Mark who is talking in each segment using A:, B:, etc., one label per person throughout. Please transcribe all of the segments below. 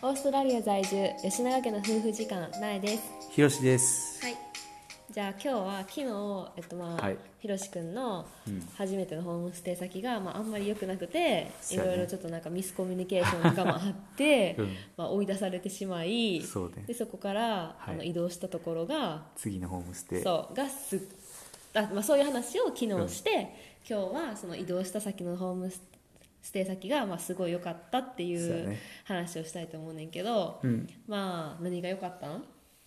A: オーストラリア在住吉永家の夫婦時間苗です
B: ひろしです。
A: はいじゃあ今日は昨日、えっとまあ
B: はい
A: ひろし君の
B: うん
A: 初めてのホームステイ先が、まあ、あんまり良くなくて、い
B: そうやね
A: ろいろちょっとなんかミスコミュニケーションがまああって、
B: うん
A: まあ、追い出されてしまい
B: そうね
A: でそこから、
B: はい
A: あの移動したところが
B: 次のホームステイ。
A: そうがすあ、まあ、そういう話を昨日して、今日はその移動した先のホームスステイ先がまあすごい良かったってい
B: そうや
A: う
B: ね
A: 話をしたいと思うねんけど、
B: うん。
A: まあ何が良かったん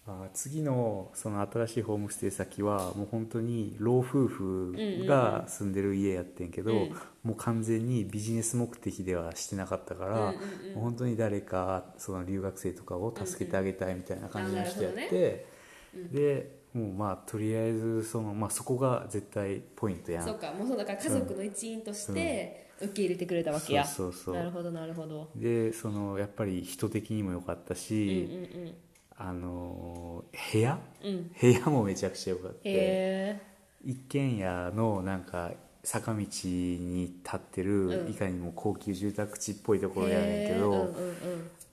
B: あ次のその新しいホームステイ先はもう本当に老夫婦が住んでる家やってんけど、
A: うん
B: もう完全にビジネス目的ではしてなかったから、
A: うんうんうん
B: もう本当に誰かその留学生とかを助けてあげたいみたいな感じの人やっ
A: うんうんあなるほ
B: て、でもうまあとりあえずその、まあ、そこが絶対ポイントやん
A: そうかもうそうだから家族の一員として受け入れてくれたわけや、
B: そうそうそう
A: なるほどなるほど
B: でそのやっぱり人的にも良かっ
A: う
B: た
A: んうんう
B: し、
A: ん
B: あのー部屋
A: うん
B: 部屋もめちゃくちゃ良かっ
A: へ
B: て
A: え
B: 一軒家のなんか坂道に立ってる、
A: うん
B: いかにも高級住宅地っぽいところやねんけ
A: へー
B: ど、
A: うんうん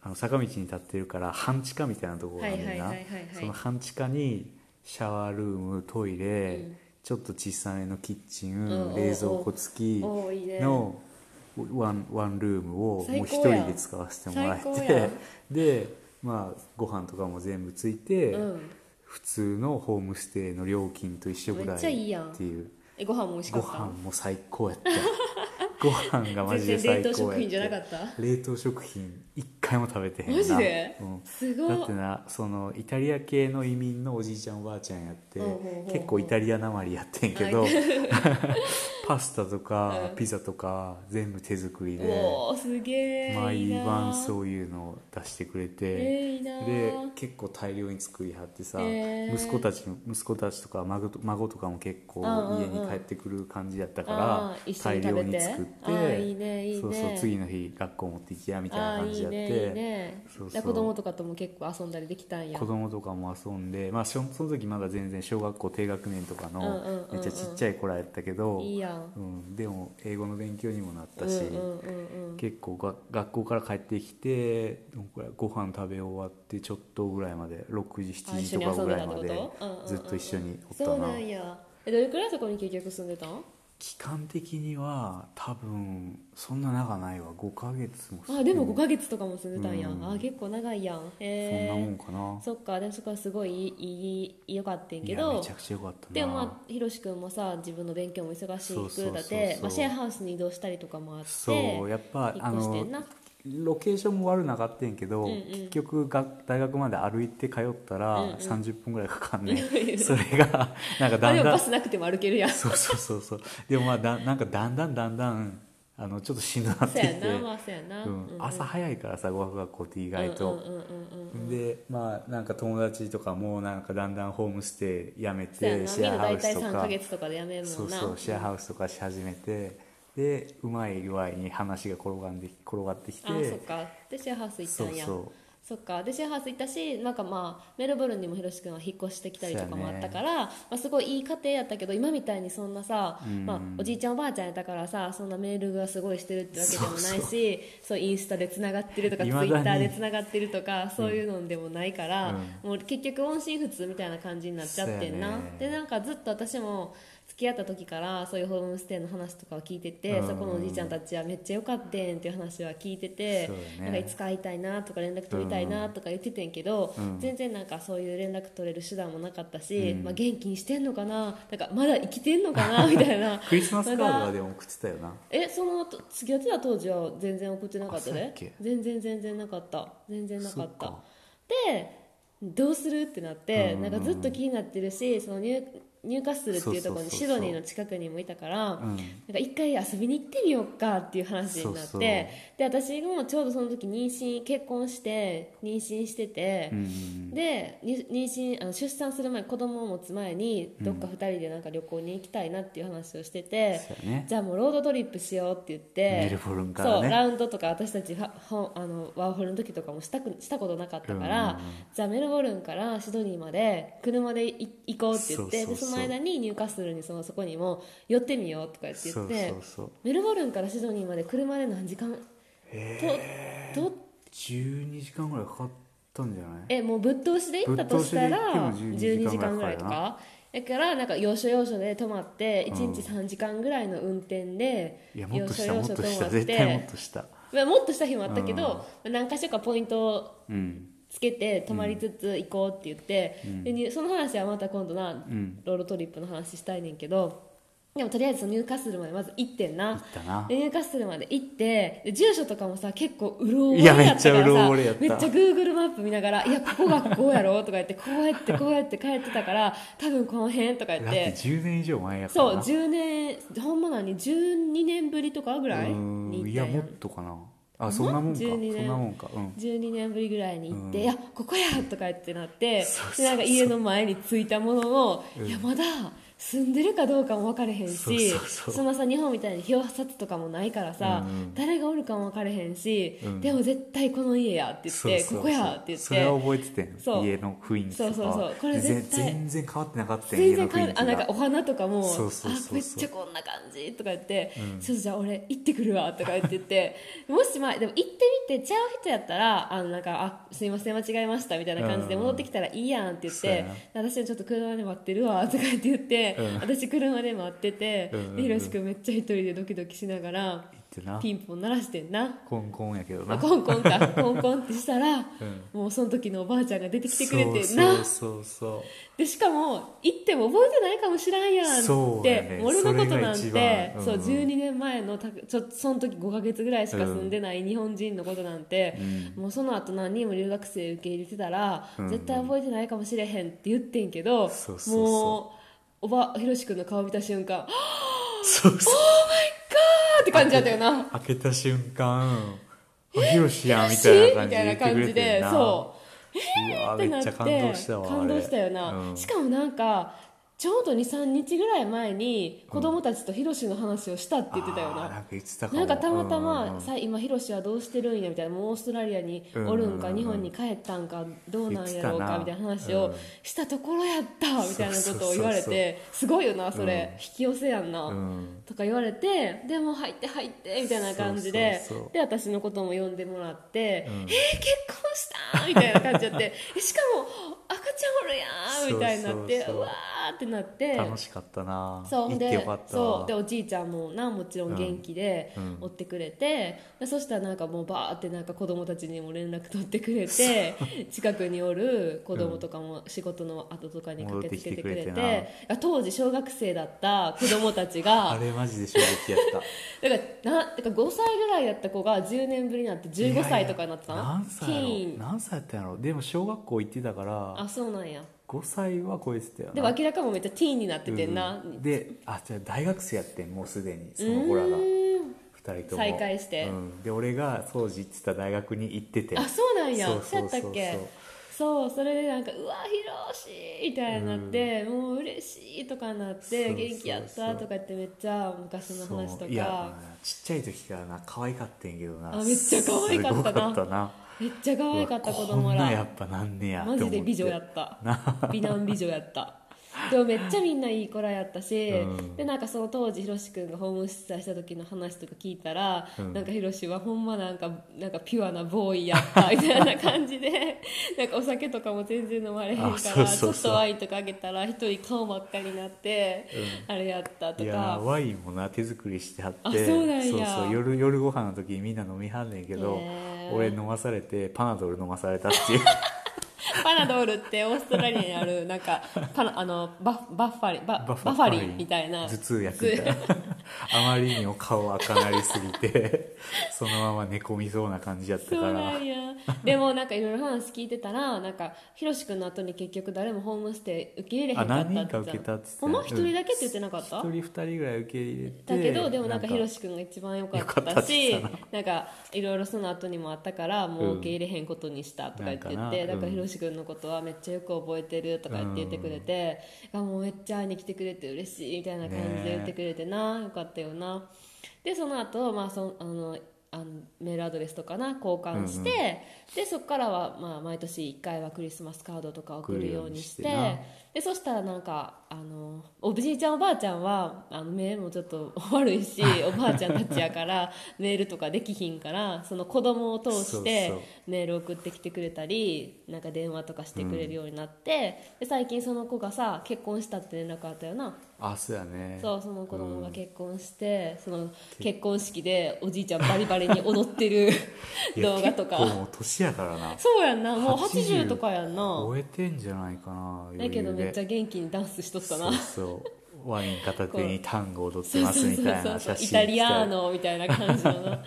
B: あの坂道に立ってるから半地下みたいなところがある
A: は
B: ん
A: いは
B: な
A: はいはい
B: い
A: はい
B: その半地下にシャワールームトイレ、
A: うん
B: ちょっと小さめのキッチン、
A: うん
B: 冷蔵庫付き
A: おうおうおういいね
B: のワンワンルームをもう一
A: 最高
B: 人
A: やん
B: で使わせてもら
A: 最高や
B: え
A: ん
B: てでまあご飯とかも全部ついて、
A: うんうん
B: 普通のホームステイの料金と一緒ぐらい
A: めっ
B: っ
A: ちゃいいやん
B: ていう
A: えご飯も美味しか
B: ご
A: っ
B: 飯
A: た
B: も最高やったご飯がマジで
A: 全
B: 最
A: 然冷凍
B: 高
A: 食品じゃ
B: や
A: な
B: っ
A: か
B: た
A: った
B: 冷凍食品一回も食べてへんな
A: マジで
B: うん
A: すご
B: だ
A: い
B: ってなそのイタリア系の移民のおじいちゃんおばあちゃんやって
A: ほうほうほうほう
B: 結構イタリアなまりやってんけど パスタとか
A: うん
B: ピザとか全部手作りで
A: おおすげえ
B: 毎晩そうういうのを出してくれ
A: え
B: て
A: ー、いいな
B: で結構大量に作りはってさ
A: へー
B: 息子たちも息子たちとか孫と孫とかも結構
A: うんうん
B: 家
A: うん
B: に帰ってくる感じやった
A: あ
B: か
A: ー
B: ら
A: 一緒
B: 大
A: に食べ
B: 量
A: て
B: に作っ
A: あーいいねいい
B: て
A: ね
B: そうそう次の日学校持って行きやみたいな
A: ああ
B: 感
A: い
B: じ
A: い
B: やっ
A: ねいい
B: て。
A: ね
B: そうそう
A: だから子供とかとも結構遊んだりできたんや
B: 子供とかも遊んで、まあ、しょその時まだ全然小学校低学年とか
A: うんうんうん
B: の
A: うん
B: めっちゃちっちゃい子らやったけど、
A: いいやん
B: うん、でも英語の勉強にもなったし、
A: うんうんうんうん
B: 結構が学校から帰ってきてどんくらいご飯食べ終わってちょっとぐらいまで6時
A: あ
B: 7
A: 一緒
B: 時
A: に
B: と
A: 遊
B: か
A: ん
B: ぐ
A: でた
B: らい
A: って
B: ま
A: こ
B: で
A: とうんうんうん
B: ずっと一緒におったな,、
A: そうなんやえどれくらいそこに結局住んでたん
B: 期間的には多分そんな長ないわ5ヶ月も
A: あでも5ヶ月とかも住んでたんや、
B: うん
A: あ結構長いやん
B: そんなも
A: へえ
B: んかな
A: そっかでもそこはすごいいいいいよかったんやけ
B: いや
A: ど
B: めちゃくちゃ良かったな
A: でもまあひろし君もさ自分の勉強も忙し
B: そうそう
A: く
B: そう
A: だっ
B: そ
A: て
B: う
A: まあシェアハウスに移動したりとかもあって
B: そうやっぱ
A: 引
B: あ
A: っ越し
B: の
A: てんな
B: ロケーションも悪なかったんやけど、
A: うんうん
B: 結局が大学まで歩いて通ったら
A: うんうん
B: 30分ぐらいかかんね、ん、それがなんかだ
A: あ
B: ん
A: でも
B: だ
A: バ
B: ん
A: スなくても歩けるやん
B: そうそうそうそうでもまあだなんかだんだんだんだんあのちょっとしんどなっ
A: そ
B: て
A: う
B: き
A: や
B: て、
A: なまあそうやな、
B: うん朝早いからさ語学学校って意外と、
A: うんうんうんうんうんうん
B: でまあなんか友達とかもなんかだんだんホームステイやめ
A: そうやな
B: てシ
A: みん
B: ェ
A: な
B: アハ
A: 大
B: ウス
A: 体
B: と
A: 3
B: か
A: ヶ月とかでやめるもんな
B: そうそうシェアハウスとかし始めてでうまい具合に話が転がんで転がってきて
A: あそっかでシェアハウス行ったんや
B: そうそう
A: そっかでシェアハウス行ったしなんかまあメルボルンにもひろし君は引っ越してきたりとかもあったから、まあ、すごいいい家庭やったけど今みたいにそんなさ、
B: うん
A: まあ、おじいちゃんおばあちゃんやったからさそんなメールがすごいしてるってわけでもないしそうインスタでつながってるとかツイ
B: 未だに
A: ッターでつながってるとかそういうのでもないから、
B: う
A: もう結局音信不通みたいな感じになっちゃってん
B: そう
A: な、
B: やね
A: でなんかずっと私も付き合った時からそういうホームステイの話とかを聞いてて、
B: うん
A: そこのおじいちゃんたちはめっちゃ良かったんっていう話は聞いてて、
B: そう
A: なん
B: やね
A: かいつか会いたいなとか連絡取りたいなとか言っててんけど、
B: うん
A: 全然なんかそういう連絡取れる手段もなかったし、
B: うん
A: まあ、元気にしてんのかななんかまだ生きてんのかなみたいな
B: クリスマスカード
A: まだ
B: はでも送ってたよな
A: えその後付き合ってた当時は全然送ってなかった
B: あそうやっ
A: で
B: け
A: 全然全然なかった全然なかっ
B: そ
A: た
B: っか
A: でどうするってなって
B: うん
A: なんかずっと気になってるしそのニューニューカッスルっていうところに
B: そ
A: シ
B: うそうそうそう
A: ドニーの近くにもいたから、
B: う
A: な
B: ん
A: んか一回遊びに行ってみようかっていう話になって
B: そうそう
A: で私もちょうどその時妊娠結婚して妊娠してて、
B: うん
A: でに妊娠あの出産する前子供を持つ前にどっか2人でなんか旅行に行きたいなっていう話をしてて、
B: そうやね
A: じゃあもうロードトリップしようって言って
B: メルボルンからね
A: そうラウンドとか私たちはほあのワーホルの時とかもしたくしたことなかったから、
B: うん
A: じゃあメルボルンからシドニーまで車でい行こうって言って
B: そう
A: で
B: そうそう
A: その間にニューカッスルにそのそこにも寄ってみようとか言って言っ
B: そう
A: て
B: そうそう
A: メルボルンからシドニーまで車で何時間と通っ
B: 12時間ぐらいかかったんじゃない
A: えもうぶっ通しで行ったとしたら
B: ぶっ通しで
A: 12
B: 行っても12
A: 時
B: 時
A: 間
B: 間
A: ぐ
B: ぐ
A: ら
B: ら
A: い
B: い
A: と
B: か
A: かだからなんか要所要所で泊まって
B: うん
A: 1日3時間ぐらいの運転で
B: いやもっとした
A: よ
B: も
A: い
B: っ
A: しょ
B: と
A: よいしょと
B: し
A: 思っ
B: た
A: て
B: 絶対もっとした
A: まあもっとした日もあったけど何か所かポイントを
B: うん
A: つけて泊まりつつ行こうって言って、でにその話はまた今度な、
B: ん
A: ロードトリップの話したいねんけどでもとりあえずそのニューカッスルまでまず行ってん
B: 行
A: な
B: ったな
A: でニューカッスルまで行ってで住所とかもさ結構うろ覚え
B: い
A: や
B: や
A: ったからさ
B: めっちゃうろ覚えやった
A: めっちゃ Google マップ見ながら「いやここがこうやろ」とか言ってこうやってこうやって帰ってたから多分この辺とか言っ
B: だって
A: て
B: 10年以上前やから
A: そう
B: な
A: 10年ほんま何12年ぶりとかぐらいに
B: うーん
A: 行っ
B: い
A: た
B: や
A: んや
B: もっ
A: ん
B: とかなあそんなもんかそ
A: 12年
B: んなもんかうん
A: 12年ぶりぐらいに行って「
B: うん
A: いやここや!」とか言ってなって
B: そうそうそ
A: で
B: う
A: なんか家の前に着いたものの、
B: うん
A: いやまだ住んでるかどうかも分かれへんし
B: そうそうそうん
A: なさ日本みたいに表札とかもないからさ、
B: うんうん
A: 誰がおるかも分かれへんし、
B: うん
A: でも絶対この家やって言って
B: そうそうそう
A: ここやって言って
B: それは覚えてて
A: そう
B: 家の雰囲気とか
A: そうそうそうこれ絶対
B: ぜ全然変わってなかったよ
A: 全然変わ
B: 家の雰囲
A: る
B: 気が
A: あなんかお花とかも
B: そうそうそうそう
A: あめっちゃこんな感じとか言って、
B: うん
A: ちょっとじゃあ俺行ってくるわとか言って言って もしまあでも行ってみてちゃう人やったらあのなんかあすいません間違えましたみたいな感じで
B: うん
A: 戻ってきたらいいやんって言っ
B: そうや
A: て、私はちょっと車で待ってるわとか言って言って、
B: うん
A: 私車で待ってて、
B: うんうんうん
A: でひろしくんめっちゃ一人でドキドキしながら
B: 行ってな
A: ピンポン鳴らしてんな。
B: コンコンやけど
A: ま
B: な
A: あ、コンコンかコンコンってしたら、
B: うん
A: もうその時のおばあちゃんが出てきてくれてな
B: そうそうそう
A: でしかも行っても覚えてないかもしらんやんって
B: そうやね
A: 俺のことなん
B: それ
A: て
B: が一番
A: そう
B: うん
A: 12年前のたちょその時5ヶ月ぐらいしか住んでない日本人のことなんて、
B: う
A: もうその後何人も留学生受け入れてたら、
B: うん
A: 絶対覚えてないかもしれへんって言ってんけど
B: そうそうそう
A: もうおばひろし君の顔見た瞬間「あ
B: そうそう
A: ーって感じだったよな
B: 開けた瞬間「あひろしやん」み
A: した
B: いな
A: みたいな
B: 感
A: 感
B: じ
A: じ
B: で言っ
A: で
B: てくれてんな
A: そう
B: うわ
A: って
B: め
A: な
B: っ
A: っ
B: ち
A: て
B: ゃ感動したわあれ
A: 感動したよな、
B: うん
A: しかもなんかちょうど23日ぐらい前に子供たちとヒロシの話をしたって言ってたよな、
B: あーなんか言ってたかも
A: なんかたまた
B: うんうんう
A: ま
B: ん
A: さ今ヒロシはどうしてるんやみたいなもうオーストラリアにおるんか
B: うんうんうん
A: 日本に帰ったんかどうなんやろうか
B: 言
A: み
B: ったて
A: いな
B: たな
A: 話を
B: うん
A: したところやったみたいなことを言われ
B: そうそうそう
A: てすごいよなそれ
B: うん
A: 引き寄せやんな
B: うん
A: とか言われてでもう入って入ってみたいな感じで
B: そうそうそう
A: で私のことも呼んでもらって「
B: うん
A: えー、結婚した!」みたいな感じやってえしかも赤ちゃんおるやんみたいになって
B: そうそうそう
A: うわーってなって
B: 楽しかったな
A: そう
B: 行って
A: で
B: よかったわ
A: そうでおじいちゃんもなもちろん元気で
B: うんうん
A: 追ってくれて、でそしたらなんかもうバーってなんか子供たちにも連絡取ってくれて近くにおる子供とかも仕事の後とかに駆けつけてくれて
B: 戻ってきてくれ
A: あ当時小学生だった子供たちが
B: あれマジで衝撃 やった
A: だからなだから5歳ぐらいだった子が10年ぶりになって15歳とかになってた
B: い
A: の
B: やいや何歳や
A: ティー
B: ろ
A: ン
B: 何歳やったんやろでも小学校行ってたから
A: あそうなんや
B: 5歳は超えてたよな
A: でも明らかもめっちゃティーンになっててんな、
B: うんであじゃあ大学生やってんもうすでにその子らが
A: う
B: 2
A: ーん
B: 人とも
A: 再会して
B: うん、で俺が当時行ってた大学に行ってて
A: あそうなんや
B: そうそうそ
A: そう
B: うそう
A: やったっけそうそれでなんか「うわひろし!」みたいになって、もう嬉しいとかになって
B: そうそうそう
A: 元気やったとか言ってめっちゃ昔の話と
B: そういや
A: か
B: ちっちゃい時からな可愛かったんやけどな
A: あめっちゃ可愛かったな
B: すごかったな
A: めっちゃ可愛かった子供
B: こんなんや
A: ら
B: っぱなんねやって思
A: マジ
B: って
A: で美女やった美男美女やったでもめっちゃみんないい子らやったし、
B: うん
A: でなんかその当時ひろし君がホーム出産した時の話とか聞いたら、
B: うん
A: なんかひろしはほんまなんかなんかピュアなボーイやったみたいな感じ でなんかお酒とかも全然飲まれへんから
B: あそうそうそう
A: ちょっとワインとかあげたら一人顔真っ赤になって、あれやったと
B: いやー
A: か
B: ワインもな手作りしてはって
A: あそうなんや
B: そうそう夜夜ご飯の時にみんな飲みはんねんけど
A: へー
B: 俺飲まされてパナドル飲まされたっていう
A: パナドールってオーストラリアにあるなんかパナあのバッバッファリンババ
B: バ
A: ッファリンみたいな
B: 頭痛薬みたいなあまりにも顔赤なりすぎ てそのまま寝込みそうな感じやった
A: そう
B: か
A: な
B: ら
A: んやでもなんかいろいろ話聞いてたらなんかひろし君の後に結局誰もホームステイ受け入れへんか
B: あ
A: ったって言っ
B: 何人
A: てた
B: か受けたって言ってた
A: ほんま一人だけって言ってなかった、
B: 一人二人ぐらい受け入れて
A: だけどでもなんかひろし君が一番良かっ
B: 良
A: た
B: かったって
A: し
B: 言って
A: なんかいろいろその後にもあったからもう受け入れへんことにしたとか言って言って、
B: うんなん
A: だか
B: かな
A: ら
B: うん
A: ひろし君のことはめっちゃよく覚えてるとか言って言ってくれて、あもうめっちゃ会いに来てくれて嬉しいみたいな感じで言ってくれてな、よかったよなでその後、まあそあのああのメールアドレスとかな交換して、でそこからは、まあ、毎年1回はクリスマスカードとか送るようにして
B: 送るようにして
A: でそしたらなんかあのおじいちゃんおばあちゃんはあの目もちょっと悪い しおばあちゃんたちやからメールとかできひんからその子供を通して
B: そうそう
A: メール送ってきてくれたりなんか電話とかしてくれるようになって、で最近その子がさ結婚したって連絡あったよな。
B: あそうやね
A: そうその子供が結婚して、その結婚式でおじいちゃんバリバリに踊ってる
B: い や
A: 動画とか
B: 結構もう年やからな
A: そうやんなもう80
B: 80
A: とかやんな
B: 超えてんじゃないかな
A: だけどめっちゃ
B: ゃ
A: 元気にダンスしとった
B: そ
A: な
B: うそうワイン片手にタンゴ踊ってますみたいな写真
A: イタリアーノみたいな感じの な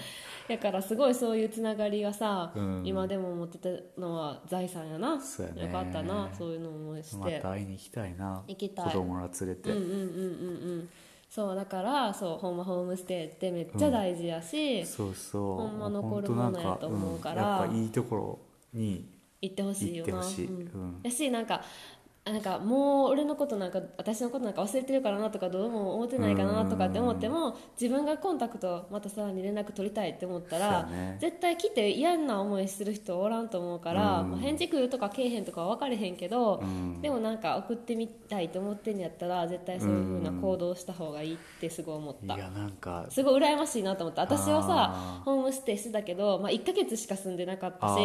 A: だからすごいそういうつながりがさ、
B: うん
A: 今でも持ってたのは財産やな
B: そうやね
A: よかったなそういうのもし
B: ま
A: て、
B: た会いに行きたいな
A: 行きたい
B: 子供ら連れて、
A: うんうんうんうんうんそうだからそうホームホームステイってめっちゃ大事やし、
B: そうそう
A: ほんま残る
B: 本当なん
A: ものやと思うから
B: ん、やっぱいいところに
A: 行ってほしいよな
B: 行ってほしい
A: うん
B: うん
A: やしなんかなんかもう俺のことなんか私のことなんか忘れてるからなとかどうも思ってないかなとかって思っても自分がコンタクトまたさらに連絡取りたいって思ったら、
B: そうやね
A: 絶対来て嫌な思いする人おらんと思うから、
B: うん
A: まあ返事来るとかけえへんとかは分かれへんけど、
B: うん
A: でもなんか送ってみたいと思ってんやったら絶対そういうふうな行動をした方がいいってすごい思っ
B: い
A: た。
B: やなんか
A: すごい羨ましいなと思って私は
B: あ
A: さ
B: ー
A: ホームステイしてたけど、まあ、1ヶ月しか住んでなかったし
B: あ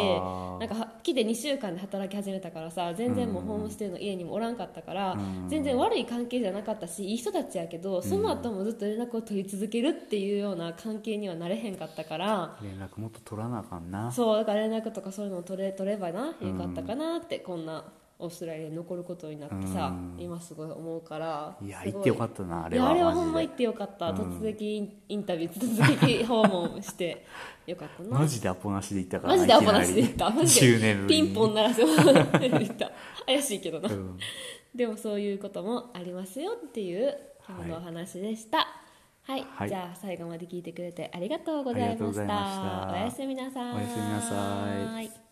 B: ー
A: なんかは来て2週間で働き始めたからさ全然もうホームステイの家にもおらんかったから、
B: ん
A: 全然悪い関係じゃなかったしいい人たちやけどその後もずっと連絡を取り続けるっていうような関係にはなれへんかったから。
B: 連絡もっと取らなあかんな
A: そうだから連絡とかそういうのを取れ取ればなよかったかなって、こんなオーストラリアに残ることになってさ、
B: うん
A: 今すごい思うから
B: いや
A: すご
B: 行ってよかったなあれ
A: い
B: は
A: やあれは
B: マジ
A: ほんま
B: で
A: 行ってよかった、突撃インタビュー突撃訪問してよかったな
B: マジでアポなしで行ったから
A: マジでアポなしで行ったマジ
B: 10年
A: で
B: ぶ
A: ピ
B: りに
A: ンポン鳴らせもら って行った怪しいけどな、
B: うん
A: でもそういうこともありますよっていう今日のお話でしたはい、
B: はい
A: じゃあ最後まで聞いてくれてありがとうご
B: あ
A: ざ
B: り
A: い
B: がとう
A: ま
B: ご
A: した
B: ざいました
A: おやすみなさい
B: おやすみなさい
A: はい